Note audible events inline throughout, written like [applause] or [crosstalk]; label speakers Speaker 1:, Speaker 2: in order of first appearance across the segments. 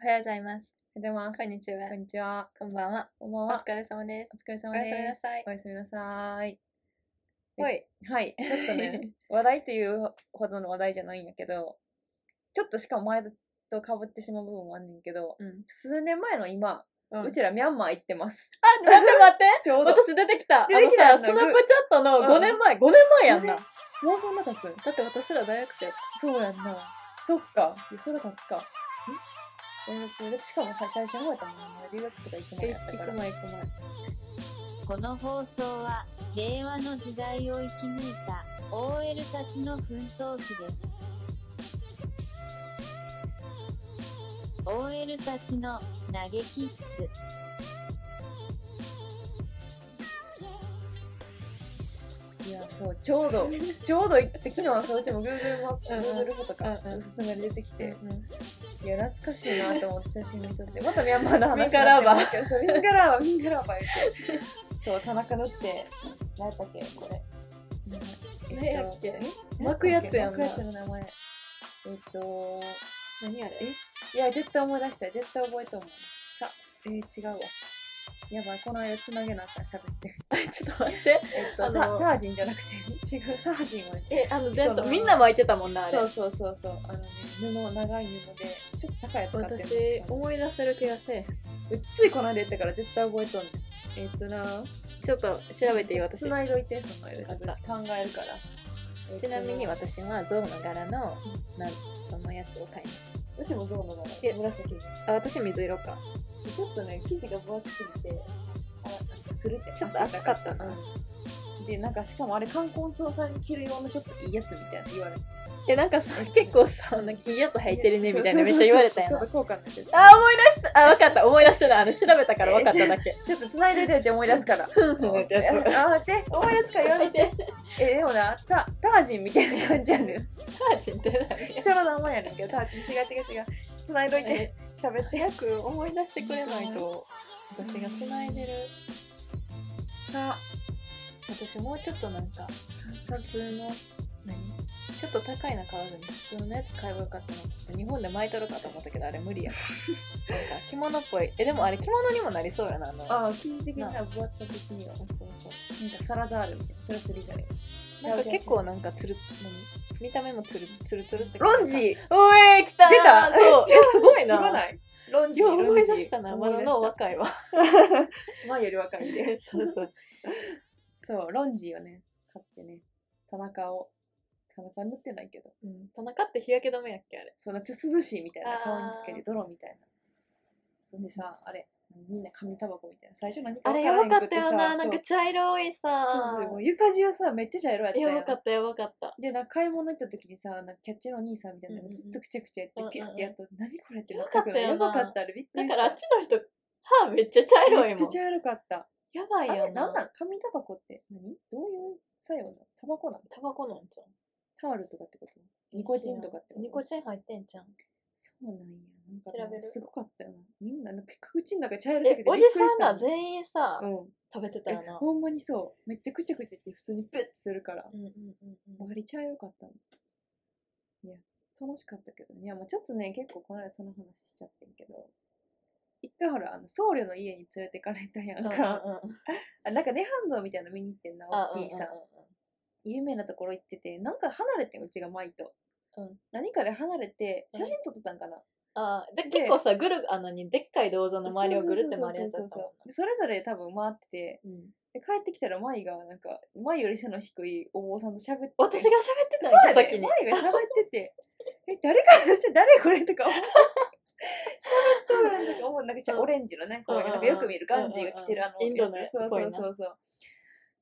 Speaker 1: はようございます。
Speaker 2: おはようございます。
Speaker 1: こんにちは。
Speaker 2: こんにちは。
Speaker 1: こんばんは。
Speaker 2: こんばん
Speaker 1: お
Speaker 2: は
Speaker 1: 疲。れ様です
Speaker 2: お。疲れ
Speaker 1: お
Speaker 2: 様
Speaker 1: やすみ
Speaker 2: で
Speaker 1: な
Speaker 2: す。
Speaker 1: さい
Speaker 2: お。やすみなさい。
Speaker 1: おい。
Speaker 2: はい、 [laughs] ちょっとね、話題というほどの話題じゃないんやけど、ちょっとしかも前と被ってしまう部分もあんねんけど、
Speaker 1: うん。
Speaker 2: 数年前の今、
Speaker 1: うん、あ、
Speaker 2: う
Speaker 1: 待って
Speaker 2: ちらミャンマー行ってます。
Speaker 1: 待って。
Speaker 2: ちょうど。
Speaker 1: 私出てきた。あ
Speaker 2: 出て
Speaker 1: の
Speaker 2: き
Speaker 1: さ、
Speaker 2: たんだ
Speaker 1: スナップチャットの
Speaker 2: うん
Speaker 1: 5年前、5年前やんな。
Speaker 2: ごめんもうそんな経つ
Speaker 1: だって私ら大学生。
Speaker 2: そうやんな。そっか。いやそら経つか。え大学だってしかもさ最初の方やったもんね。留学とか行く前
Speaker 1: え
Speaker 2: やった
Speaker 1: 行
Speaker 2: か
Speaker 1: く
Speaker 2: ら。
Speaker 1: 前行く前。
Speaker 3: この放送は令和の時代を生き抜いた OL たちの奮闘記です OL たちの嘆き室
Speaker 2: いや、そう、ちょ
Speaker 1: [laughs]
Speaker 2: うど、ちょうど行って、昨日はそううちも Google マップ、
Speaker 1: うんうん
Speaker 2: Google フォトか、お
Speaker 1: うんうん
Speaker 2: すすめで出てきて、
Speaker 1: うん
Speaker 2: いや、懐かしいなと思って写真見とって、またミャンマーの話
Speaker 1: ミンカラーバー
Speaker 2: になってるけどそうミンカラーバー、ミンカラーバー言って。そう、田中のって、何やったっけ、これ。
Speaker 1: 何やっけ
Speaker 2: えっとえ
Speaker 1: 巻くやつやんな
Speaker 2: 巻くやつの名前。えっと、
Speaker 1: 何あれ
Speaker 2: いや、絶対思い出したい。絶対覚えと思う。さ、えー、違うわ。やばい、この間つなげなあかん、喋って。
Speaker 1: えちょっと待って。
Speaker 2: えっと、
Speaker 1: あ
Speaker 2: タ
Speaker 1: の
Speaker 2: タージンじゃなくて、違う、タージンはね
Speaker 1: え、あの、ジェン
Speaker 2: 人
Speaker 1: ト、
Speaker 2: の
Speaker 1: みんな巻いてたもんな、あれ
Speaker 2: そ。うそうそうそう。あのね、布、長い布で、ちょっと高いやつ買ってるんです
Speaker 1: 私
Speaker 2: よ、
Speaker 1: 思い出せる気がせえ。
Speaker 2: うついこの間やったから絶対覚えとんねん。えっとな、
Speaker 1: ちょっと調べていい私。
Speaker 2: つないどいて、その間。
Speaker 1: わかった
Speaker 2: 私考えるから。え [laughs] っと
Speaker 1: ちなみに、私は象の柄の、なんそのやつを買いまし
Speaker 2: うちもどうなの
Speaker 1: え
Speaker 2: 紫で。
Speaker 1: た。あ、私水色か。
Speaker 2: ちょっとね、生地が分厚すぎて、あ、なんかするって。
Speaker 1: ちょっと厚かったな
Speaker 2: うんで、なんかしかもあれ、冠婚葬祭に着る用のちょっといいやつみたいな言われて。
Speaker 1: え、なんかさ、結構さ、なんかいいやつ履いてるね、みたいなめっちゃ言われたやん
Speaker 2: ちょ
Speaker 1: な
Speaker 2: っ。と高価になってる
Speaker 1: あ、思い出した。あ、わかった。思い出したな。あの、調べたからわかっただけ。
Speaker 2: ちょっとつないでてって思い出すから。
Speaker 1: ふん
Speaker 2: あ、
Speaker 1: ふん
Speaker 2: 待
Speaker 1: っ
Speaker 2: って
Speaker 1: やつ。
Speaker 2: て、思い出すから言われて。え、でもな、タタージンみたいな感じやねん。
Speaker 1: タージンって
Speaker 2: 人の名前やねんけど、タージン違う違う違う。つないどい
Speaker 1: 何
Speaker 2: て、
Speaker 1: [laughs] え
Speaker 2: 喋って。
Speaker 1: 早く思い出してくれないと、私が繋いでる。
Speaker 2: さ、
Speaker 1: 私もうちょっとなんか、普通の、何ちょっと高いの買わずに普通のやつ買えばよかったなって日本で巻いとるかと思ったけどあれ無理やなんか着物っぽいえでもあれ着物にもなりそうやなあの
Speaker 2: あ、生地的には分厚さ的には。
Speaker 1: そうそう
Speaker 2: なんかサラダールみたいな。それすりじゃね
Speaker 1: なんか結構なんかつる何見た目もつるつるつるって
Speaker 2: ロンジー
Speaker 1: おえ来たー
Speaker 2: 出た
Speaker 1: そう
Speaker 2: え
Speaker 1: えすごいな
Speaker 2: すごないロン
Speaker 1: い
Speaker 2: ジー
Speaker 1: や
Speaker 2: ロンジー
Speaker 1: 思い出したな、ま
Speaker 2: 思い
Speaker 1: だ
Speaker 2: 出
Speaker 1: の
Speaker 2: し
Speaker 1: 若い
Speaker 2: [laughs]
Speaker 1: わ。
Speaker 2: た前より若いん
Speaker 1: [laughs]
Speaker 2: で。
Speaker 1: そうそう。
Speaker 2: そう、ロンジーをね、買ってね、田中を。田中塗ってないけど、
Speaker 1: うん、田中って日焼け止めやっけあれ。
Speaker 2: そうなんかちょっと涼しいみたいな
Speaker 1: あー
Speaker 2: 顔につけて泥みたいな。そんでさ、あれ、みんな紙タバコみたいな。最初何か
Speaker 1: あ
Speaker 2: 分
Speaker 1: れ
Speaker 2: ら
Speaker 1: や
Speaker 2: ん
Speaker 1: ばか
Speaker 2: く
Speaker 1: ったよな、
Speaker 2: さ
Speaker 1: なん
Speaker 2: そ
Speaker 1: か
Speaker 2: う
Speaker 1: 茶色いさ。
Speaker 2: そうそうもう床中さめっちゃ茶色やった
Speaker 1: や
Speaker 2: やん
Speaker 1: ばかったやばかった。
Speaker 2: でなんか買い物行った時にさなんかキャッチのお兄さんみたいなのがずっとくちゃくちゃやって、
Speaker 1: うんうんうん
Speaker 2: ピュッてやっと、何これって
Speaker 1: やばかったよな
Speaker 2: やばかったあれびっく
Speaker 1: だ
Speaker 2: り
Speaker 1: か
Speaker 2: した
Speaker 1: らあっちの人、歯めっちゃ茶色い
Speaker 2: めっ
Speaker 1: も
Speaker 2: ちゃ
Speaker 1: ん。
Speaker 2: 茶色かった
Speaker 1: やばい
Speaker 2: あ
Speaker 1: よ
Speaker 2: れなんな
Speaker 1: な。
Speaker 2: ん紙タバコって何どういう作用なのタバコなの
Speaker 1: タバコなんじゃん。
Speaker 2: タオルとかってことニコチンとかってこと
Speaker 1: ニコチン入ってんじゃん。
Speaker 2: そうなんやなんか
Speaker 1: 調べる
Speaker 2: すごかったよなみんななんか口の中茶色すぎ
Speaker 1: え、
Speaker 2: てびっ
Speaker 1: お
Speaker 2: く
Speaker 1: じ
Speaker 2: りし
Speaker 1: さん
Speaker 2: た
Speaker 1: ら
Speaker 2: もん
Speaker 1: 全員さ、
Speaker 2: うん
Speaker 1: 食べてた
Speaker 2: え
Speaker 1: よな。
Speaker 2: ほんまにそうめっちゃくちゃくちゃって普通にプッてするから
Speaker 1: うんうんうんうん。
Speaker 2: 割り茶色かったの。いや、楽しかったけどね。いや、もうちょっとね、結構この間その話しちゃってんけど、一回ほら、あの僧侶の家に連れてかれたやんか。
Speaker 1: うんうんうん
Speaker 2: あなんか涅槃像みたいなの見に行ってんな、
Speaker 1: あ
Speaker 2: 大きいさ。有名なところ行ってて、なんか離れてん、うちが前と。
Speaker 1: うん
Speaker 2: 何かで離れて、
Speaker 1: うん
Speaker 2: 写真撮ってたんかな。
Speaker 1: あーで
Speaker 2: で
Speaker 1: 結構さ、ぐる、あのに、でっかい銅像の
Speaker 2: そう
Speaker 1: 周りをぐるって
Speaker 2: そう
Speaker 1: 回るやつ
Speaker 2: そ
Speaker 1: だ
Speaker 2: う
Speaker 1: っ
Speaker 2: そ
Speaker 1: た
Speaker 2: う
Speaker 1: も
Speaker 2: そうそれぞれ多分回ってて、
Speaker 1: んな。うん
Speaker 2: で帰ってきたら舞が、なんか、舞より背の低いお坊さんと喋ってて。
Speaker 1: 私が喋ってたん
Speaker 2: そう
Speaker 1: や
Speaker 2: や
Speaker 1: 先
Speaker 2: で、
Speaker 1: に。
Speaker 2: 前が喋ってて、え、誰か、誰これとか思って、喋っとるとか思う。なんかち
Speaker 1: う
Speaker 2: ょ、
Speaker 1: ん
Speaker 2: オレンジのね、こういう、
Speaker 1: うんうんうん
Speaker 2: なんかよく見るガンジーが着てるあの
Speaker 1: うんうんうんインドの
Speaker 2: やつそうそう
Speaker 1: こう
Speaker 2: そうそ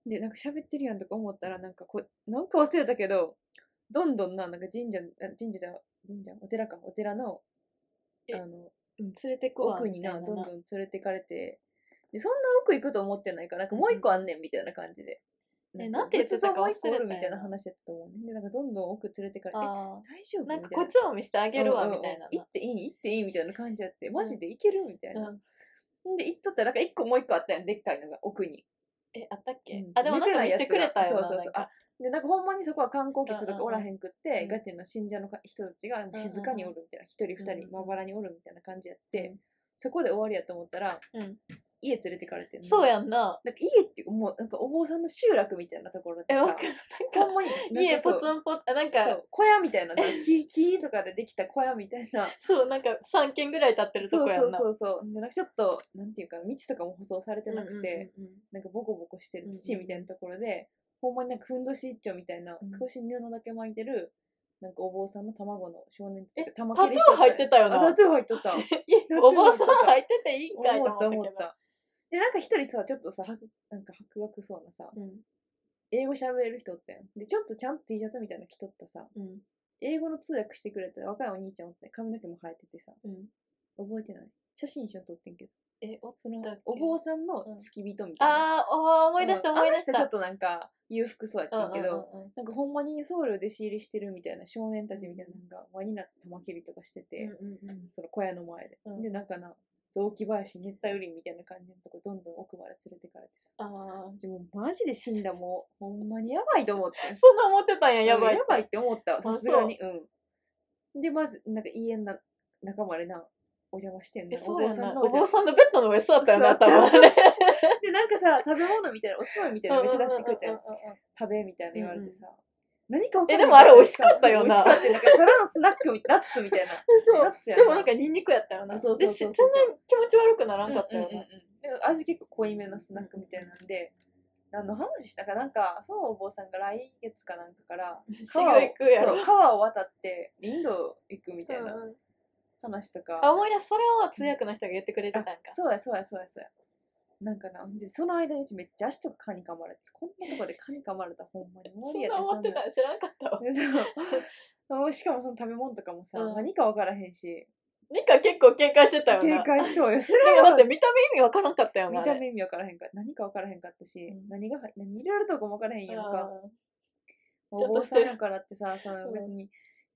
Speaker 2: う。で、なんか喋ってるやんとか思ったら、なんかこう、なんか忘れたけど、どんどんな、なんか神社、あ神社じゃ、神社、お寺か、お寺の、
Speaker 1: え
Speaker 2: あの、
Speaker 1: うん連れてくわ
Speaker 2: 奥にな、どんどん
Speaker 1: みたい
Speaker 2: 連れてかれて、で、そんな奥行くと思ってないから、なんかもう一個あんねんみたいな感じで。
Speaker 1: え
Speaker 2: か
Speaker 1: なんて言ってたか忘れた
Speaker 2: 仏
Speaker 1: んやな
Speaker 2: 像もう一個おるみたいな話やったと思うね。で、なんかどんどん奥連れてかれて、
Speaker 1: あ
Speaker 2: 大丈
Speaker 1: ー
Speaker 2: 夫
Speaker 1: なんか
Speaker 2: みたい
Speaker 1: こっちを見してあげるわ
Speaker 2: うんう
Speaker 1: み
Speaker 2: んうん
Speaker 1: たいな
Speaker 2: 行っていい行っていいみたいな感じやってマジで行けるみたいな、
Speaker 1: うん
Speaker 2: で行っとったらなんか一個もう一個あったやんでっかいのが奥に
Speaker 1: え、あったっけ、
Speaker 2: うん
Speaker 1: あ、でもなんか見せてくれたよな。
Speaker 2: そうそうそう
Speaker 1: なんか
Speaker 2: でなんかほんまにそこは観光客と
Speaker 1: うんうん
Speaker 2: か
Speaker 1: うん
Speaker 2: おらへんくって、
Speaker 1: うん
Speaker 2: ガチの信者の人たちが静かにおるみたいな一、
Speaker 1: う
Speaker 2: 人
Speaker 1: ん
Speaker 2: 二
Speaker 1: うん
Speaker 2: 人まばらにおるみたいな感じやって、
Speaker 1: うん
Speaker 2: そこで終わりやと思ったら
Speaker 1: うん。
Speaker 2: 家連れてかれてんの
Speaker 1: そうやんな。
Speaker 2: なんか家っていうかもうなんかお坊さんの集落みたいなところで
Speaker 1: え、
Speaker 2: さ
Speaker 1: わかる。なん
Speaker 2: ほん
Speaker 1: か、
Speaker 2: まに
Speaker 1: 家ポ
Speaker 2: [laughs] なんか
Speaker 1: ツ
Speaker 2: そう
Speaker 1: ンポツン、あなん
Speaker 2: そ
Speaker 1: か、
Speaker 2: う小屋みたいななんか木 [laughs] 木とかでできた小屋みたいな
Speaker 1: そう、なんか3軒ぐらい立ってるとこ
Speaker 2: そう
Speaker 1: や
Speaker 2: そ
Speaker 1: ん
Speaker 2: う
Speaker 1: な。
Speaker 2: そうそうでなんかちょっとなんていうか道とかも舗装されてなくて、
Speaker 1: うんうんうんうん
Speaker 2: なんかボコボコしてる土みたいなところで、ほんまになんかふんどし一丁みたいな、
Speaker 1: うん
Speaker 2: 腰に布だけ巻いてる、なんかお坊さんの卵の少年たち
Speaker 1: え
Speaker 2: が玉
Speaker 1: タ
Speaker 2: 切
Speaker 1: ト
Speaker 2: りしと
Speaker 1: ゥー入ってたよな
Speaker 2: あタトゥー入っとっ
Speaker 1: [laughs]
Speaker 2: た。
Speaker 1: いやお坊さん入ってていいんかいと
Speaker 2: 思った
Speaker 1: 思
Speaker 2: 思
Speaker 1: っ
Speaker 2: った
Speaker 1: けど。
Speaker 2: た。で、なんか一人さ、ちょっとさ、はくなんか白学そうなさ、
Speaker 1: うん
Speaker 2: 英語喋れる人おってん。で、ちょっとちゃんと T シャツみたいなの着とったさ、
Speaker 1: うん
Speaker 2: 英語の通訳してくれた若いお兄ちゃんおってん、髪の毛も生えててさ、
Speaker 1: うん
Speaker 2: 覚えてない写真一緒に撮ってんけど、
Speaker 1: え、お
Speaker 2: その
Speaker 1: だっけ
Speaker 2: お坊さんの付き人みたいな。
Speaker 1: あーあー、思い出した
Speaker 2: うん
Speaker 1: 思い出し
Speaker 2: あの人ちょ
Speaker 1: た
Speaker 2: っ。となんか裕福そうやったけど、
Speaker 1: うんうんうんうん
Speaker 2: なんかほんまにソウルで仕入りしてるみたいな少年たちみたいなのが輪になって玉切りとかしてて、
Speaker 1: うんうんうん
Speaker 2: その小屋の前で、
Speaker 1: うん
Speaker 2: でなんかな雑木林熱帯雨林みたいな感じのとこどんどん奥まで連れてかれてさ
Speaker 1: ああ。
Speaker 2: うちもうマジで死んだもうほんまにやばいと思って
Speaker 1: そんな思ってたんや、やばい。
Speaker 2: やばいっ。て思ったわさすがにうんでまずなんか家のな中までなお邪魔してん
Speaker 1: え、
Speaker 2: の
Speaker 1: そうやんな。お
Speaker 2: お
Speaker 1: 坊
Speaker 2: 坊
Speaker 1: さ
Speaker 2: さん
Speaker 1: んのベッドの上座ったよな、
Speaker 2: 座った
Speaker 1: 頭ね。
Speaker 2: でなんかさ食べ物みたいなおつまみみたいなのめっちゃ出してくれたよ
Speaker 1: うんうんうんうんうん
Speaker 2: 食べみたいな言われてさ、何かわか
Speaker 1: えでもあれ美味しかったよな
Speaker 2: 美味しかったなんかただのスナックみナッツみたいな。
Speaker 1: そう
Speaker 2: ナッツや
Speaker 1: でもなんかニンニクやったよな。
Speaker 2: あそうそうそうそう
Speaker 1: でし全然気持ち悪くならんかったよな。
Speaker 2: うんうんうんでも味結構濃いめのスナックみたいなんで、何の話したかなんかそのお坊さんが来月かなんかから
Speaker 1: [laughs] 修行行くやろ
Speaker 2: そう川を渡ってインド行くみたいな
Speaker 1: うんうん
Speaker 2: 話とか、
Speaker 1: あ思い出すそれを通訳の人が言ってくれてたんか
Speaker 2: あ。そうやそうやそうやそうやなんかなでその間にうちめっちゃ足とか蚊に噛まれてこんなとこで蚊に噛まれたらほんまに無
Speaker 1: そ
Speaker 2: 理
Speaker 1: ん
Speaker 2: や
Speaker 1: な思って
Speaker 2: そんな
Speaker 1: たん知らんかったわ。
Speaker 2: でそう [laughs] しかもその食べ物とかもさ、
Speaker 1: うん
Speaker 2: 何か分からへんし
Speaker 1: ニカ結構警戒してたよな。
Speaker 2: 警戒し
Speaker 1: [laughs]
Speaker 2: とうよそれ
Speaker 1: でもだ
Speaker 2: は
Speaker 1: って見た目意味わからんかったよ
Speaker 2: 見
Speaker 1: な。
Speaker 2: た目意味分からへんか何か分からへんかったし、
Speaker 1: うん
Speaker 2: 何が入何入れるとこも分からへん
Speaker 1: 意
Speaker 2: やんか
Speaker 1: ちょ
Speaker 2: お
Speaker 1: っと
Speaker 2: 坊
Speaker 1: し
Speaker 2: さ
Speaker 1: て
Speaker 2: ん
Speaker 1: る
Speaker 2: やからってさその
Speaker 1: うん
Speaker 2: 別に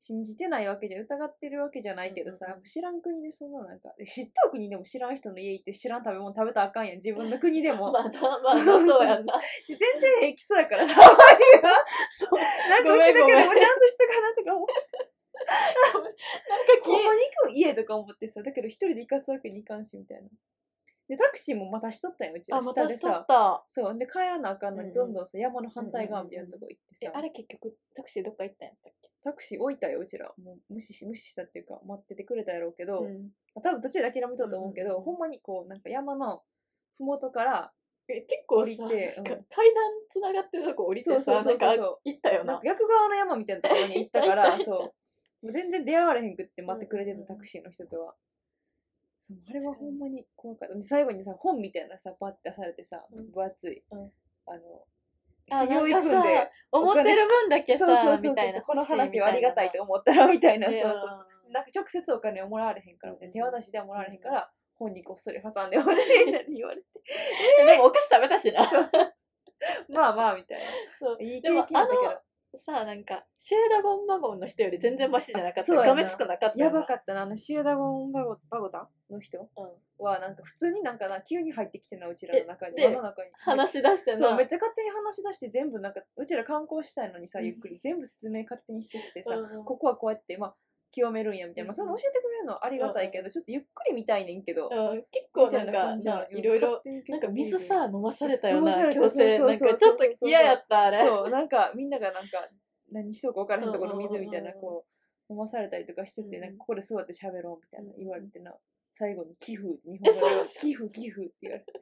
Speaker 2: 信じてないわけじゃ疑ってるわけじゃないけどさ、
Speaker 1: うんうんうん
Speaker 2: 知らん国でそんななんかえ知った国でも知らん人の家行って知らん食べ物食べたらあかんやん自分の国で
Speaker 1: まあ
Speaker 2: も
Speaker 1: まあな、そうやん
Speaker 2: [laughs]
Speaker 1: な。
Speaker 2: 全然平気そうや
Speaker 1: [laughs]
Speaker 2: からさなんか
Speaker 1: ごめんごめん
Speaker 2: うちだけでもちゃんとしとかなとか思って
Speaker 1: なんか
Speaker 2: ほん
Speaker 1: 消
Speaker 2: ま
Speaker 1: え
Speaker 2: に行く家とか思ってさだけど一人で行かすわけにいかんしみたいなでタクシーもまたしとったんようち
Speaker 1: あ、
Speaker 2: の
Speaker 1: ま
Speaker 2: 下
Speaker 1: た
Speaker 2: で
Speaker 1: しと
Speaker 2: さ
Speaker 1: った。
Speaker 2: そうで帰らなあかんの
Speaker 1: うんう
Speaker 2: に
Speaker 1: ん
Speaker 2: どんどんさ、山の反対側みたいなとこ行って
Speaker 1: え
Speaker 2: さ、、
Speaker 1: あれ結局タクシーどっか行ったんやったっけ
Speaker 2: タクシー置いたようちらもう無視し無視したっていうか待っててくれたやろうけ
Speaker 1: ん。
Speaker 2: ど、まあ多分途中で諦めとうと思うけど、
Speaker 1: うんうんうん
Speaker 2: ほんまにこうなんか山のふもとから
Speaker 1: え結構
Speaker 2: 降
Speaker 1: さ [laughs]
Speaker 2: り、て、
Speaker 1: な
Speaker 2: うんん
Speaker 1: か
Speaker 2: な
Speaker 1: 階段つながってるとこ降りてさ、
Speaker 2: そう
Speaker 1: な
Speaker 2: そ
Speaker 1: ん
Speaker 2: う
Speaker 1: か
Speaker 2: そうそう
Speaker 1: 行ったよ
Speaker 2: ん
Speaker 1: な
Speaker 2: か。逆側の山みたいなところに行ったか
Speaker 1: 行った行 [laughs]
Speaker 2: ら
Speaker 1: った
Speaker 2: そうもう全然出会われへんくって待ってくれて
Speaker 1: うんうんう
Speaker 2: た
Speaker 1: ん
Speaker 2: タクシーの人とは。そうあれはほんまに怖かったで最後にさ本みたいなさパッて出されてさ、
Speaker 1: うん
Speaker 2: 分厚い、
Speaker 1: うん
Speaker 2: あの
Speaker 1: あ
Speaker 2: 修行行くん
Speaker 1: なんか
Speaker 2: で
Speaker 1: さ思ってる分だけさ、
Speaker 2: そうそうそうそ
Speaker 1: み
Speaker 2: う
Speaker 1: たいな。
Speaker 2: この話はありがたいと
Speaker 1: 思
Speaker 2: 思ったらみたいな、
Speaker 1: うん。
Speaker 2: そう
Speaker 1: え
Speaker 2: そう
Speaker 1: ー
Speaker 2: なんか直接お金をもらわれへんからみたいな手渡しではもらわれへんから、本にこっそり挟んでほしいみたいに言
Speaker 1: [laughs]
Speaker 2: われて
Speaker 1: えでもお菓子食べたしな。
Speaker 2: そうそうまあまあみたいな
Speaker 1: そう
Speaker 2: いい
Speaker 1: で
Speaker 2: 経験
Speaker 1: も
Speaker 2: だけど
Speaker 1: さあなんかシェーダゴンバゴンの人より全然マシじゃなかった
Speaker 2: そうやな
Speaker 1: 画面つくなかった
Speaker 2: やばか
Speaker 1: っ
Speaker 2: ったなあのシューダゴンバゴバゴタンの人
Speaker 1: た、うん、
Speaker 2: はなんか普通になんかな急に入ってきてなうちらの中に
Speaker 1: えで
Speaker 2: 輪の中に
Speaker 1: 話し出して
Speaker 2: そ
Speaker 1: な
Speaker 2: うめっちゃ勝手に話し出して全部なんかうちら観光したいのにさゆっくり全部説明勝手にしてきてさ、
Speaker 1: うん
Speaker 2: ここはこうやってまあ清めるんやみたいな、まあ、その教えてくれるのはありがたいけど、ちょっとゆっくり見たいねんけど、
Speaker 1: うん、結構
Speaker 2: みた
Speaker 1: なん
Speaker 2: い
Speaker 1: か
Speaker 2: 感じなの
Speaker 1: ないろいろ、なんか水、さ飲まされたよう
Speaker 2: 飲まさ
Speaker 1: な
Speaker 2: れた
Speaker 1: 強制
Speaker 2: そう
Speaker 1: な
Speaker 2: そ
Speaker 1: ん
Speaker 2: うそう
Speaker 1: かちょっと嫌やったあ
Speaker 2: 勝手に
Speaker 1: れ
Speaker 2: そう、なんかみんながなんか、何しとこうからへんところの水みたいな、
Speaker 1: うんうんうんうん
Speaker 2: こう、飲まされたりとかしてて、
Speaker 1: うんうん
Speaker 2: なんかここで座って喋ろうみたいな言われてな、最後に寄付、日
Speaker 1: え
Speaker 2: 本
Speaker 1: そう
Speaker 2: 語
Speaker 1: そう
Speaker 2: で寄付、寄付って言われて。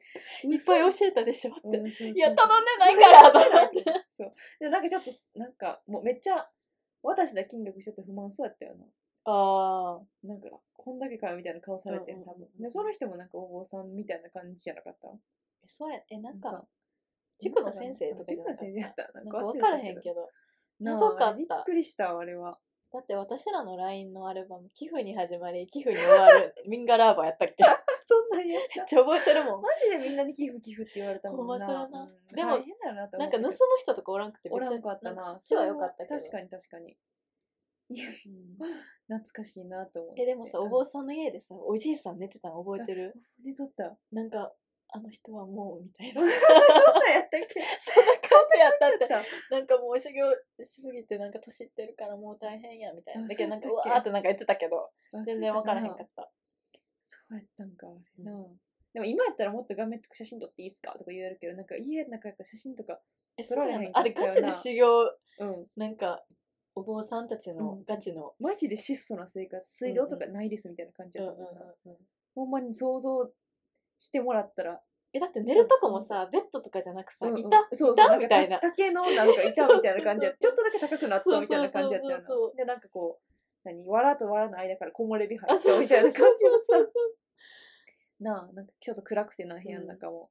Speaker 1: いっぱい教えたでしょって、
Speaker 2: い
Speaker 1: いや頼んでないからと思って。
Speaker 2: [laughs] そう。で、なんかちょっと、なんかもうめっちゃ、私だ金額ちょっと不満そうやったよな。
Speaker 1: ああ
Speaker 2: なんか、こんだけかよみたいな顔されて
Speaker 1: うんうんう
Speaker 2: ん、
Speaker 1: ん
Speaker 2: 多分。で、その人もなんかお坊さんみたいな感じじゃなかった
Speaker 1: そうやえなん
Speaker 2: な
Speaker 1: か
Speaker 2: ん
Speaker 1: 塾の先生とかじゃなかった
Speaker 2: 塾の先生やった。
Speaker 1: なんか分からへんけど
Speaker 2: な
Speaker 1: 謎かった
Speaker 2: あびっくりしたわあれは。
Speaker 1: [laughs] だって私らの LINE のアルバム「寄付に始まり寄付に終わ
Speaker 2: [laughs]
Speaker 1: る」「ミンガラーバー」やったっけめっ
Speaker 2: そんなんやった。
Speaker 1: ちゃ覚えてるもん
Speaker 2: [laughs] マジでみんなに寄付寄付って言われたもんな。
Speaker 1: ほんまそれな
Speaker 2: うん
Speaker 1: でも
Speaker 2: 大変だよなと思
Speaker 1: なん
Speaker 2: っ
Speaker 1: か
Speaker 2: たけ
Speaker 1: 盗
Speaker 2: ど
Speaker 1: む人とかおらんくて
Speaker 2: おらんかったな。
Speaker 1: そっちは良かったけど
Speaker 2: 確かに確かに。
Speaker 1: うん
Speaker 2: 懐かしいなと思って。
Speaker 1: えでもさお坊さんの家でさおじいさん寝てたの覚えてる
Speaker 2: 寝とった。
Speaker 1: なんかあの人はもうみたい
Speaker 2: [laughs]
Speaker 1: なそんな
Speaker 2: そんなんやったっけ
Speaker 1: 感じやったっ
Speaker 2: だ
Speaker 1: て
Speaker 2: った
Speaker 1: なんかもう修行しすぎてなんか年いってるからもう大変やみたいな
Speaker 2: あ
Speaker 1: だけどなんかう
Speaker 2: そうやっ
Speaker 1: わーっ
Speaker 2: たっけ
Speaker 1: てなんか言ってたけど全然分からへんか
Speaker 2: 忘れ
Speaker 1: った
Speaker 2: な
Speaker 1: た
Speaker 2: そうやったんか、あれなでも今やったらもっと画面とか写真撮っていいっすかとか言えるけどなんか家なんかやっぱ写真とか
Speaker 1: え
Speaker 2: 撮
Speaker 1: そ
Speaker 2: ら
Speaker 1: う
Speaker 2: れへ
Speaker 1: なんの
Speaker 2: か
Speaker 1: あ
Speaker 2: った
Speaker 1: れ
Speaker 2: よ
Speaker 1: ガ
Speaker 2: な
Speaker 1: チの修行
Speaker 2: うん
Speaker 1: なんかお坊さんたち
Speaker 2: う
Speaker 1: の
Speaker 2: ん
Speaker 1: ガチの
Speaker 2: マジで質素な生活水道とかないですみたいな感じ
Speaker 1: うん
Speaker 2: だ
Speaker 1: う
Speaker 2: と
Speaker 1: ん
Speaker 2: 思うな、
Speaker 1: うんうん
Speaker 2: ほんまに想像してもらったら
Speaker 1: えだって寝るとこもさベッドとかじゃなくさ
Speaker 2: うんうん
Speaker 1: いた
Speaker 2: そ
Speaker 1: い
Speaker 2: うそう
Speaker 1: た
Speaker 2: なん
Speaker 1: み
Speaker 2: か
Speaker 1: たいな
Speaker 2: 竹のなんか板みたいな感じやち
Speaker 1: そ
Speaker 2: ょ
Speaker 1: う
Speaker 2: っとだけ高くなったみたいな感じやったよな
Speaker 1: そうそうそうそう
Speaker 2: でなんかこう何わらとわらの間から木漏れ日入
Speaker 1: あ
Speaker 2: っ
Speaker 1: そ
Speaker 2: た
Speaker 1: う
Speaker 2: みたいな感じのさ
Speaker 1: そうそうそう
Speaker 2: なあなんかちょっと暗くてな部屋の中も、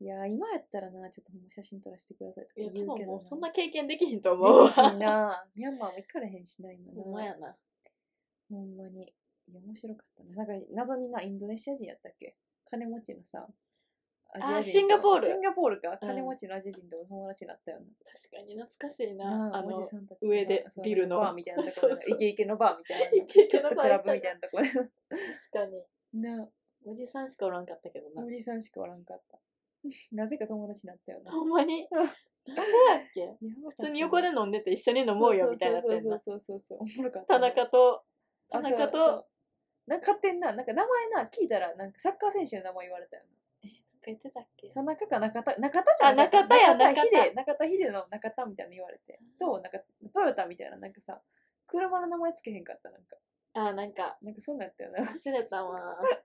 Speaker 2: いやー今やったらなちょっとほんま写真撮らせてくださいとか
Speaker 1: い
Speaker 2: 言
Speaker 1: や
Speaker 2: うけ
Speaker 1: 多分
Speaker 2: どな
Speaker 1: もうそんな経験できひんと思う
Speaker 2: できひ
Speaker 1: わ [laughs]
Speaker 2: んなミャンマーも行かれへんしな今な
Speaker 1: ほんまやな
Speaker 2: ほんまにいや面白かったななんか謎になインドネシア人やったっけ金持ちのさア
Speaker 1: あー
Speaker 2: 人と
Speaker 1: シンガポール
Speaker 2: シンガポールか
Speaker 1: うん
Speaker 2: 金持ちのアジア人とお友達になったよな、
Speaker 1: 確かに懐かしいな
Speaker 2: な
Speaker 1: あ
Speaker 2: お
Speaker 1: の
Speaker 2: じさんたち
Speaker 1: 上で
Speaker 2: そう
Speaker 1: ビルの
Speaker 2: なんかバーみたいなとこ
Speaker 1: [laughs] そ
Speaker 2: ろ
Speaker 1: う
Speaker 2: で
Speaker 1: そう
Speaker 2: イケイケのバーみたいな
Speaker 1: イケイケの
Speaker 2: ちょっと
Speaker 1: バー
Speaker 2: クラブみたいなところ [laughs]
Speaker 1: 確かに
Speaker 2: でな
Speaker 1: おじさんしかおらんかったけどな
Speaker 2: おじさんしかおらんかった [laughs] なぜか友達になったよな
Speaker 1: ほんまに
Speaker 2: うん
Speaker 1: なんでやっけ普
Speaker 2: 普
Speaker 1: 通に横で飲んでて一緒に飲もうよみたいになってん
Speaker 2: そう
Speaker 1: な
Speaker 2: そうそうそうそうそうおもろかった
Speaker 1: 田
Speaker 2: な
Speaker 1: 中と田
Speaker 2: あ
Speaker 1: 中と
Speaker 2: そうそうなんか勝手にななんか名前な聞いたらなんかサッカー選手の名前言われたよな
Speaker 1: 言ってたっけ
Speaker 2: 田中か中田中田じゃん
Speaker 1: あ中田や
Speaker 2: 中田
Speaker 1: 中
Speaker 2: 秀中田秀の中田みたいな言われてとなんかトヨタみたいななんかさ車の名前つけへんかったなんか
Speaker 1: あなんか
Speaker 2: なんかそんなんやったよな
Speaker 1: 忘れたわーっ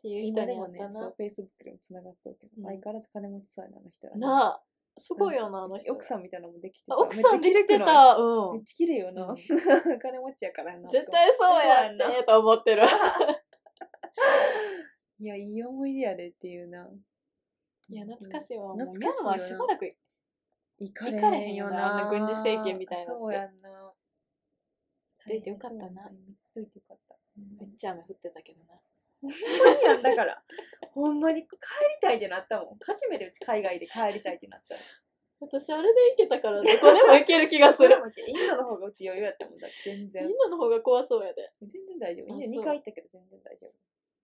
Speaker 1: ていう人
Speaker 2: [laughs] 今
Speaker 1: に
Speaker 2: で
Speaker 1: 会
Speaker 2: も
Speaker 1: っ
Speaker 2: ね
Speaker 1: たな、
Speaker 2: そうフェイスブックでもつながっておけど、
Speaker 1: うん
Speaker 2: 相変わらず金持ちそうやなあの人は
Speaker 1: なあすごいよなあの人
Speaker 2: 奥さんみたいなのもできて
Speaker 1: あ奥さんできて
Speaker 2: めっちゃ綺麗くない
Speaker 1: たう
Speaker 2: めっ
Speaker 1: ん
Speaker 2: ちゃ綺麗よ
Speaker 1: う
Speaker 2: な
Speaker 1: ん
Speaker 2: [laughs] 金持ちやからやな
Speaker 1: 絶対そうや
Speaker 2: そうや
Speaker 1: ってと思 [laughs] ってる
Speaker 2: いやいい思い出やでっていうないい
Speaker 1: や懐か
Speaker 2: い
Speaker 1: しいわもうミャ
Speaker 2: 懐かし
Speaker 1: ン
Speaker 2: いよな
Speaker 1: マーしばらく
Speaker 2: 行かれ
Speaker 1: 行かれ
Speaker 2: へ
Speaker 1: へ
Speaker 2: ん
Speaker 1: ん
Speaker 2: よ
Speaker 1: よ
Speaker 2: な
Speaker 1: なあの軍事政権みたいなのって
Speaker 2: そうやんな
Speaker 1: といてよかったな
Speaker 2: 大変そうやね見といてよかった
Speaker 1: めっちゃ雨降ってたけどな
Speaker 2: ほんまにやんだから [laughs] ほんまに帰りたいってなったもん初めてうち海外で帰りたいってなった
Speaker 1: 私あれで行けたからどこでも行ける気がす
Speaker 2: そ
Speaker 1: [laughs]
Speaker 2: れ
Speaker 1: る
Speaker 2: もインドの方がうち余裕やったもんだって全
Speaker 1: みん
Speaker 2: 然
Speaker 1: なの方が怖そうやで
Speaker 2: 全然大丈夫
Speaker 1: あ
Speaker 2: インド
Speaker 1: そう
Speaker 2: 2回行ったけど全然大丈夫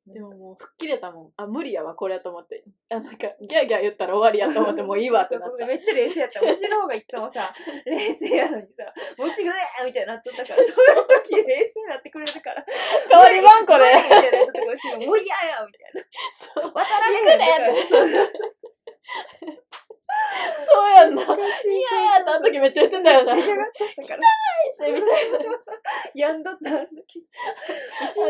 Speaker 1: でももう吹っ切れたもんあ無理やわこれやと思ってあなんかギャーギャー言ったら終わりやと思っても [laughs] ういいわってなっ
Speaker 2: そうそう
Speaker 1: た
Speaker 2: めっちゃ冷静やったうちの方がいつ
Speaker 1: [laughs]
Speaker 2: もさ冷静やのにさもちぐえーみたいになっとったからそういう時冷静になってくれるから
Speaker 1: 変わりばんこ
Speaker 2: 無理
Speaker 1: れ
Speaker 2: みたいなやつとかうちがもう嫌やみたいな
Speaker 1: [laughs] そう
Speaker 2: 渡ら
Speaker 1: 行くね
Speaker 2: へんとかそうそうそう
Speaker 1: そうやんな
Speaker 2: 懐かしい
Speaker 1: いやーってあの時めっちゃ言ってたよな。
Speaker 2: めっちゃ
Speaker 1: 汚
Speaker 2: 嫌がっとったから
Speaker 1: いし、みたいな。
Speaker 2: [laughs] やんどったあの時。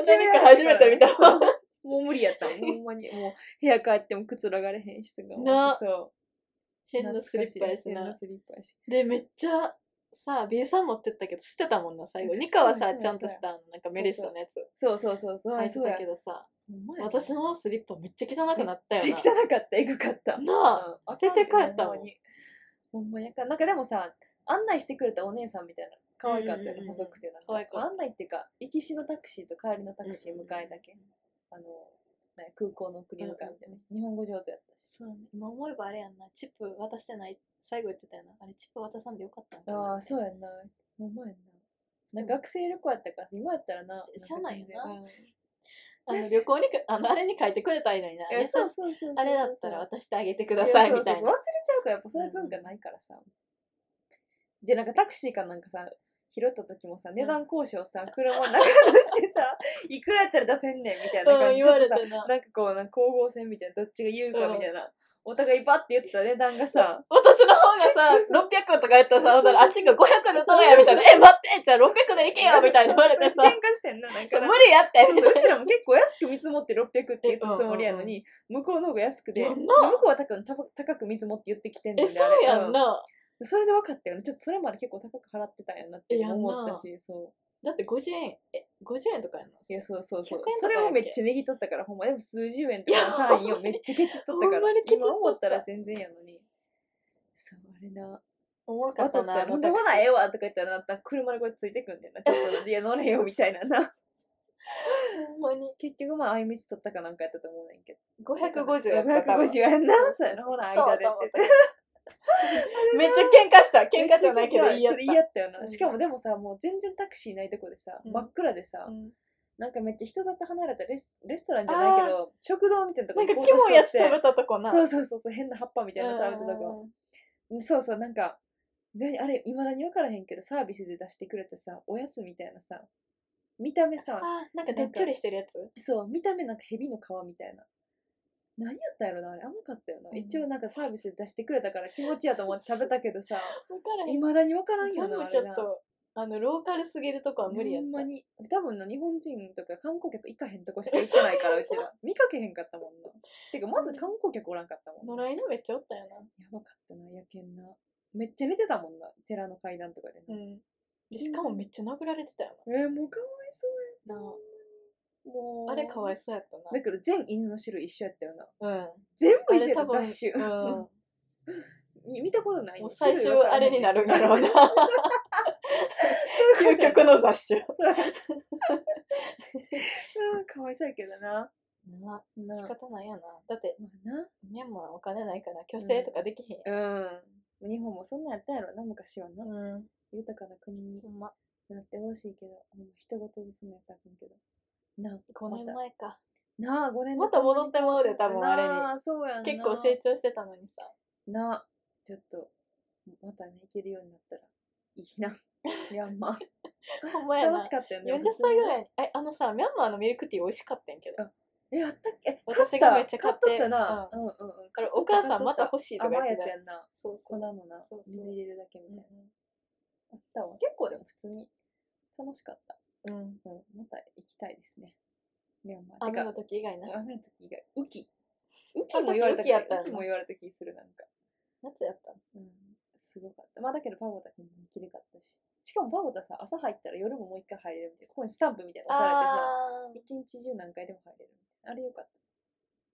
Speaker 1: 何か初めて見たわ。
Speaker 2: もう無理やったもん。ほんまに。もう部屋帰ってもくつろがれへんしとか。
Speaker 1: な
Speaker 2: そう。
Speaker 1: 変なスリッパやし
Speaker 2: 懐
Speaker 1: な
Speaker 2: か。しい変なスリッパやし。
Speaker 1: で、めっちゃ、さ、B さん持ってったけど、捨てたもんな、最後。ニカは
Speaker 2: そう
Speaker 1: さ
Speaker 2: や、
Speaker 1: ちゃんとした、なんかメリッサのやつ。
Speaker 2: そうそうそうそう。
Speaker 1: 入っ
Speaker 2: あ
Speaker 1: て
Speaker 2: そうや
Speaker 1: たけ。どさ、
Speaker 2: ほんまやな
Speaker 1: 私のスリッパめっちゃ汚くなった
Speaker 2: めっ
Speaker 1: よ
Speaker 2: ち
Speaker 1: な
Speaker 2: ゃ。汚かった。エグかった。
Speaker 1: なあ
Speaker 2: うん
Speaker 1: 捨てて帰ったもん
Speaker 2: ほんまに。ほんまやか。なんかでもさ、案内してくれたお姉さんみたいな。可愛かったよ
Speaker 1: うんうんう
Speaker 2: ね。
Speaker 1: ん
Speaker 2: 細くてなん
Speaker 1: 可愛かった
Speaker 2: 案内っていうか、行きしのタクシーと帰りのタクシー迎えだけ。あの、ね空港の送り迎えみたいな。日本語上手やったし。
Speaker 1: そうね、今思えばあれやんな、チップ渡してない、最後言ってたよな。あれ、チップ渡さんでよかったんか
Speaker 2: あ
Speaker 1: な
Speaker 2: あ、そうやんな。ほんまやんな。なんか学生旅行やったから、今やったらな。
Speaker 1: 社内やな
Speaker 2: なんか
Speaker 1: あの、旅行にか、 [laughs] あの、あれに書いてくれたらいいのにな。
Speaker 2: 全然うんいや
Speaker 1: 優し
Speaker 2: そうそうそうそうそう。
Speaker 1: あれだったら
Speaker 2: いや
Speaker 1: 渡してあげてください、みたい
Speaker 2: そうそうそう忘
Speaker 1: な
Speaker 2: れ。ちゃうから、やっぱそういう文化ないからさ。で、なんかタクシーかなんかさ、拾った時もさ、値段交渉さ、車の中として [laughs] さ、いくらやったら出せんねんみたいな感
Speaker 1: う
Speaker 2: じ
Speaker 1: ん、
Speaker 2: で
Speaker 1: 言われ
Speaker 2: さ、
Speaker 1: てな。
Speaker 2: なんかこう、なんか光合戦みたいな、どっちが言うかみたいな。お互いバッて言った値段がさ、
Speaker 1: 私の方がさ、600とかやったらさ、ほんならあっちが500でそうや、みたいな。え、待って、じゃあ600で行けよ、みたいな言われてさ、
Speaker 2: 喧嘩してんな、なん
Speaker 1: そ
Speaker 2: か
Speaker 1: う
Speaker 2: な
Speaker 1: 無。理やって、
Speaker 2: そう
Speaker 1: み
Speaker 2: そう
Speaker 1: た
Speaker 2: うち
Speaker 1: いな。
Speaker 2: らも結構安く見積もって600って言ったつもりやのに、向こうの方が安くて、
Speaker 1: や
Speaker 2: 向
Speaker 1: んな
Speaker 2: こうは多分た高く見積もって言ってきてんね
Speaker 1: え、
Speaker 2: んで
Speaker 1: そうや
Speaker 2: あ
Speaker 1: ん
Speaker 2: れ
Speaker 1: な。
Speaker 2: うんそれで分かったよね。ちょっとそれまで結構高く払ってたんやなって思ったし、そ
Speaker 1: だって50円、え、50円とかやんな。
Speaker 2: う。いや、そうそうそう
Speaker 1: 100円とかやっけ。
Speaker 2: それをめっちゃねぎ取ったから、ほんま、でも数十円とかの単
Speaker 1: [laughs]
Speaker 2: 位をめっちゃケチっとったか
Speaker 1: ほん
Speaker 2: ら
Speaker 1: まに、ケチっとった
Speaker 2: 今思ったら全然やのに。そう、あれな。
Speaker 1: おもろか
Speaker 2: 分
Speaker 1: っ
Speaker 2: か
Speaker 1: た
Speaker 2: った
Speaker 1: な、
Speaker 2: ら、
Speaker 1: あ
Speaker 2: ほ
Speaker 1: の
Speaker 2: ん
Speaker 1: タ
Speaker 2: で
Speaker 1: クシー
Speaker 2: もないええわとか言ったら、なんか車でこうやってついてくんだ
Speaker 1: [laughs]
Speaker 2: よな。ちょっと、いや、乗れよみたいなな。
Speaker 1: ほんまに。
Speaker 2: 結局、まあ、相飯取ったかなんかやったと思うねんけど。
Speaker 1: 550やったから。
Speaker 2: 550円な、そうやな、ほら、間で
Speaker 1: そうと思
Speaker 2: っ。
Speaker 1: ってためっちゃ喧嘩した。喧嘩じゃないけど
Speaker 2: め
Speaker 1: 言
Speaker 2: っ
Speaker 1: いやっ
Speaker 2: ちゃ喧嘩ちょっと
Speaker 1: た。
Speaker 2: 嫌やったよ
Speaker 1: うん
Speaker 2: な。しかもでもさ、もう全然タクシーないとこでさ、
Speaker 1: うん
Speaker 2: 真っ暗でさ、
Speaker 1: うん
Speaker 2: なんかめっちゃ人里離れたレスレストランじゃないけど食堂みたいなと
Speaker 1: な
Speaker 2: こ
Speaker 1: んか
Speaker 2: 行こう
Speaker 1: キ
Speaker 2: とし
Speaker 1: モいやつ
Speaker 2: とっ
Speaker 1: 食べ
Speaker 2: て
Speaker 1: たとこな
Speaker 2: そうそうそうそう変な葉っぱみたいなの食べたとこ
Speaker 1: うん
Speaker 2: そうそうなんか何あれいまだに分からへんけどサービスで出してくれたさおやつみたいなさ見た目さ
Speaker 1: あなんかでっちょりしてるやつ
Speaker 2: そう見た目なんか蛇の皮みたいな何やったんやろなあれ甘かったよな、
Speaker 1: うん
Speaker 2: 一応なんかサービスで出してくれたから気持ちやと思って食べたけどさ
Speaker 1: 分からへ
Speaker 2: い
Speaker 1: ん
Speaker 2: まだに分からんよ
Speaker 1: そ
Speaker 2: な
Speaker 1: れ
Speaker 2: あ
Speaker 1: もちょ
Speaker 2: れ
Speaker 1: っ
Speaker 2: な
Speaker 1: とあのローカルすぎるとこは無理やっ
Speaker 2: ほん
Speaker 1: た
Speaker 2: まに多分な日本人とか観光客行かへんとこしか行ってな
Speaker 1: [laughs]
Speaker 2: いからうちら見かけへんかったもんなてかまず観光客おらんかったもんな
Speaker 1: 野良犬めっちゃおったよ
Speaker 2: やばかったなやけんなめっちゃ寝てたもんな寺の階段とかで
Speaker 1: な
Speaker 2: な、
Speaker 1: うんしかもめっちゃ殴られてたよ
Speaker 2: えーもうかわいそ
Speaker 1: なな
Speaker 2: うやもう
Speaker 1: ああれかわいそうやった
Speaker 2: だけど全犬の種類一緒やったよな
Speaker 1: なうん
Speaker 2: 全部
Speaker 1: あ
Speaker 2: 一緒
Speaker 1: れ
Speaker 2: や
Speaker 1: 多
Speaker 2: った
Speaker 1: 分、
Speaker 2: 雑種、 [laughs]
Speaker 1: うん、
Speaker 2: い見たことない
Speaker 1: も
Speaker 2: よ
Speaker 1: う最
Speaker 2: 種
Speaker 1: 終
Speaker 2: 類わから
Speaker 1: あ
Speaker 2: へ
Speaker 1: れ
Speaker 2: んね
Speaker 1: に
Speaker 2: ん
Speaker 1: なるんだ
Speaker 2: [laughs]
Speaker 1: ろうな究極の雑種
Speaker 2: うんかわいそうやけどな
Speaker 1: な [laughs]
Speaker 2: な
Speaker 1: 仕方ないよなだって
Speaker 2: まあな
Speaker 1: ミャンマーお金ないから虚勢とかできへんや
Speaker 2: うん。日本もそんなんやったやろな、昔はな。
Speaker 1: んうん
Speaker 2: 豊かな国に
Speaker 1: ほんま
Speaker 2: なってほしいけど、ほんま人事ですね、多分けど。なあ、
Speaker 1: 5年前か
Speaker 2: またなあ、5年
Speaker 1: また戻ってまうで多分あれに
Speaker 2: なそうやんな。
Speaker 1: 結構成長してたのにさ
Speaker 2: なあ、ちょっと、またね、行けるようになったらいい
Speaker 1: [laughs]
Speaker 2: な。ミャンマー。
Speaker 1: ほんまやな
Speaker 2: 楽しかったよね。
Speaker 1: 40歳ぐ
Speaker 2: い。
Speaker 1: らいにえあのさミャンマーのミルクティー美味しかったんやけど
Speaker 2: あえ、あったっけえ
Speaker 1: 私
Speaker 2: 買
Speaker 1: がめっちゃ買って
Speaker 2: 買っとったな。うんうんうん。
Speaker 1: こ
Speaker 2: 買
Speaker 1: れ
Speaker 2: っと
Speaker 1: お
Speaker 2: った
Speaker 1: 母さんまた
Speaker 2: 買っとっ
Speaker 1: 欲しいとか
Speaker 2: 甘い
Speaker 1: 言っ
Speaker 2: や
Speaker 1: て
Speaker 2: つ
Speaker 1: た
Speaker 2: やんな。
Speaker 1: そう
Speaker 2: 粉
Speaker 1: そう
Speaker 2: のな
Speaker 1: そう、そう
Speaker 2: 水入れるだけみたいな。あったわ。結構でも普通に楽しかった。
Speaker 1: うん、うん、
Speaker 2: うん、また行きたいですね。ミャンマー。て
Speaker 1: 雨の
Speaker 2: か、
Speaker 1: 時以外な
Speaker 2: 雨の時以外、雨季。雨
Speaker 1: あ
Speaker 2: 季も言われ
Speaker 1: 雨
Speaker 2: た気
Speaker 1: 季やったよな
Speaker 2: 雨季も言われた気する、なんか。
Speaker 1: 夏やった
Speaker 2: うん、すごかった。まあだけどパゴダ君もきれかったし。しかもパゴダさ、朝入ったら夜ももう一回入れるみたいな。ここにスタンプみたいなの押さ
Speaker 1: あ
Speaker 2: れてさ、一日中何回でも入れるみたいな。あれよかっ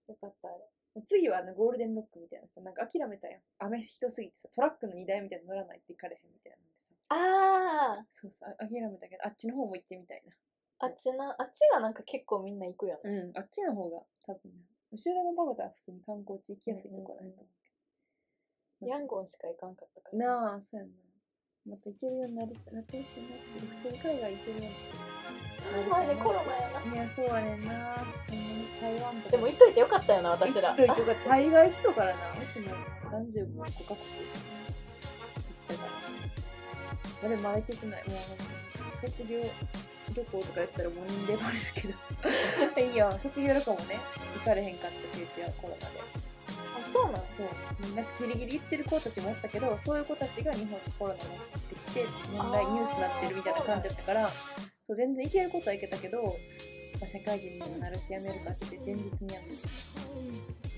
Speaker 1: ーよかったあれ
Speaker 2: た。次はあのゴールデンロックみたいなさ、なんか諦めたやん。雨ひどすぎてさ、トラックの荷台みたいなの乗らないって行かれへんみたいなんでさ。
Speaker 1: あ
Speaker 2: そうそう、あ諦めたけど、あっちの方も行ってみたいな。
Speaker 1: ーあっちなあっちがなんか結構みんな行くよね
Speaker 2: うん、あっちの方が多分ね、後ろのパゴダは普通に観光地行きやすいところだと思うけど
Speaker 1: ヤンゴンしか行かんかったから
Speaker 2: なあ、そうやな。また行けるようになりなってほしいなって。普通に海外行けるよ
Speaker 1: そう前でコロナやな
Speaker 2: うに。いや、そうやねんな。ほんまに台湾とか。
Speaker 1: でも行っといてよかったよな私ら
Speaker 2: 行っといてよかった海外行っとからな。うちも35カ国行ったから。まあ、でもまだ行けてない。もう、卒業旅行とかやったらもう人間バレるけど。いい [laughs] や、卒業旅行もね、行かれへんかったし、うちはコロナで。
Speaker 1: あそうなんす
Speaker 2: そうなんかギリギリ言ってる子たちもおったけどそういう子たちが日本にコロナ持ってきて問題
Speaker 1: あー
Speaker 2: ニュースになってるみたいな感じだったからそう全然いけることはいけたけど、まあ、社会人にもなるし辞めるかって言って前日に辞める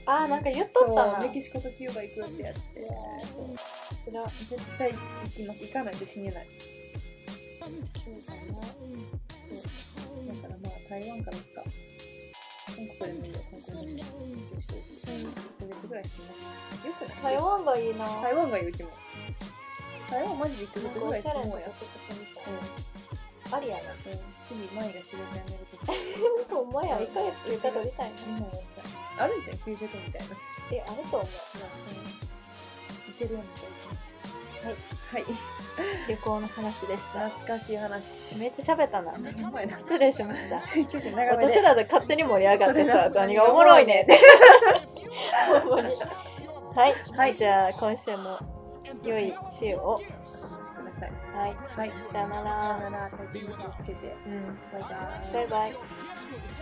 Speaker 1: あーなんか言っとったな
Speaker 2: そうメキシコとキューバ行くってやってそう
Speaker 1: それは
Speaker 2: 絶対行きます行かないと死ねないそうだからまあ台湾かなんか韓国でもいいよ韓国でもいいよ勉強してほしい1ヶ月ぐらいしてますよくない
Speaker 1: 台湾がいいな
Speaker 2: 台湾がいいうちも台湾マジで1ヶ
Speaker 1: なんか
Speaker 2: 月ぐ
Speaker 1: お
Speaker 2: ら
Speaker 1: し
Speaker 2: い
Speaker 1: ゃ
Speaker 2: 住
Speaker 1: れなと
Speaker 2: も
Speaker 1: こ
Speaker 2: うや
Speaker 1: とか住みた
Speaker 2: う
Speaker 1: い
Speaker 2: ん
Speaker 1: ありやな
Speaker 2: 次前が仕事辞めるとき
Speaker 1: ほんまや、一ヶ月休暇取りたいな。
Speaker 2: 今思ったあるんじゃん給食みたいな
Speaker 1: え、あると思う。
Speaker 2: いけるよみたいはいはい
Speaker 1: 旅行の話でした。
Speaker 2: 懐かしい話
Speaker 1: めっちゃ喋ったな。
Speaker 2: お前な
Speaker 1: 失礼しました。
Speaker 2: 結局長めで
Speaker 1: 私らで勝手に盛り上がって
Speaker 2: それ
Speaker 1: さ
Speaker 2: な、
Speaker 1: 何がおもろいねんって。ほんまにはい、
Speaker 2: [laughs] はい
Speaker 1: じゃあ今週も良い週を。
Speaker 2: ごめんなさい
Speaker 1: はい、
Speaker 2: はい
Speaker 1: さよな
Speaker 2: さ
Speaker 1: ら。
Speaker 2: よなら体調に気をつけて
Speaker 1: うん、
Speaker 2: バイバイ
Speaker 1: バイバイ。
Speaker 4: Yes,